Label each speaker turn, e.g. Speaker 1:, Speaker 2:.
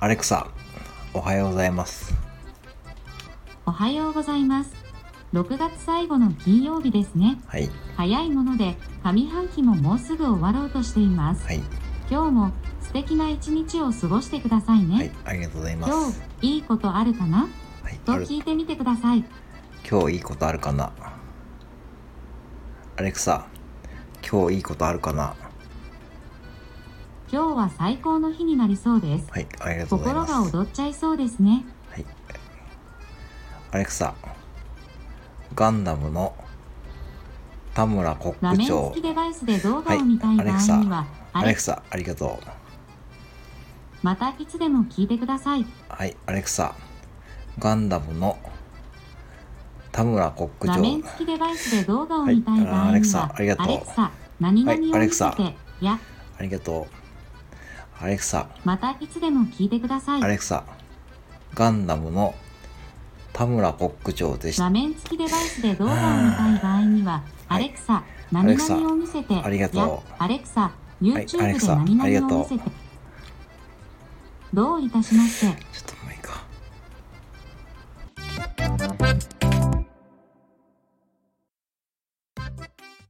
Speaker 1: アレクサ、おはようございます。
Speaker 2: おはようございます。6月最後の金曜日ですね。
Speaker 1: はい、
Speaker 2: 早いもので上半期ももうすぐ終わろうとしています。
Speaker 1: はい、
Speaker 2: 今日も素敵な一日を過ごしてくださいね。
Speaker 1: はい、ありがとうございます。
Speaker 2: 今日いいことあるかな
Speaker 1: はい、
Speaker 2: と
Speaker 1: ある
Speaker 2: 聞いてみてください。
Speaker 1: 今日いいことあるかなアレクサ、今日いいことあるかな
Speaker 2: 今日は最高の日になりそうです。
Speaker 1: はい、ありがとうござい
Speaker 2: 心
Speaker 1: ます。
Speaker 2: が躍っちゃいそうですね。
Speaker 1: はい。アレクサ、ガンダムの田村国
Speaker 2: 画面
Speaker 1: 長。
Speaker 2: 付きデバイスで動
Speaker 1: は
Speaker 2: 画
Speaker 1: い
Speaker 2: を見たい、
Speaker 1: ア
Speaker 2: 場合
Speaker 1: レクサ
Speaker 2: には、、
Speaker 1: ア
Speaker 2: あ
Speaker 1: レ
Speaker 2: れ
Speaker 1: クサ、ありがとう。
Speaker 2: またいつでも聞いてください。
Speaker 1: はい、アレクサ、ガンダムの田村国
Speaker 2: 画面
Speaker 1: 長
Speaker 2: 付。きデバイスで動画を見たい場合には、
Speaker 1: はいあーアレクサありがとう
Speaker 2: アレクサ何々を
Speaker 1: はいアレ
Speaker 2: 見
Speaker 1: ク
Speaker 2: せ
Speaker 1: サ
Speaker 2: て、や、
Speaker 1: ありがとう。アレクサ、
Speaker 2: またいつでも聞いてくださ
Speaker 1: ア
Speaker 2: い。
Speaker 1: レクサ、ガンダムの田村国長でした。
Speaker 2: 画面付きデバイスで動画を見たい場合には、
Speaker 1: は
Speaker 2: ア
Speaker 1: い
Speaker 2: レクサ、
Speaker 1: アレ
Speaker 2: 何
Speaker 1: クサ
Speaker 2: 々を見せて、
Speaker 1: ありがとう
Speaker 2: やアレクサ、
Speaker 1: いアレ
Speaker 2: YouTube
Speaker 1: ク
Speaker 2: で
Speaker 1: サ
Speaker 2: 何
Speaker 1: ありが
Speaker 2: 々
Speaker 1: とう
Speaker 2: を見せて。どういたしまして、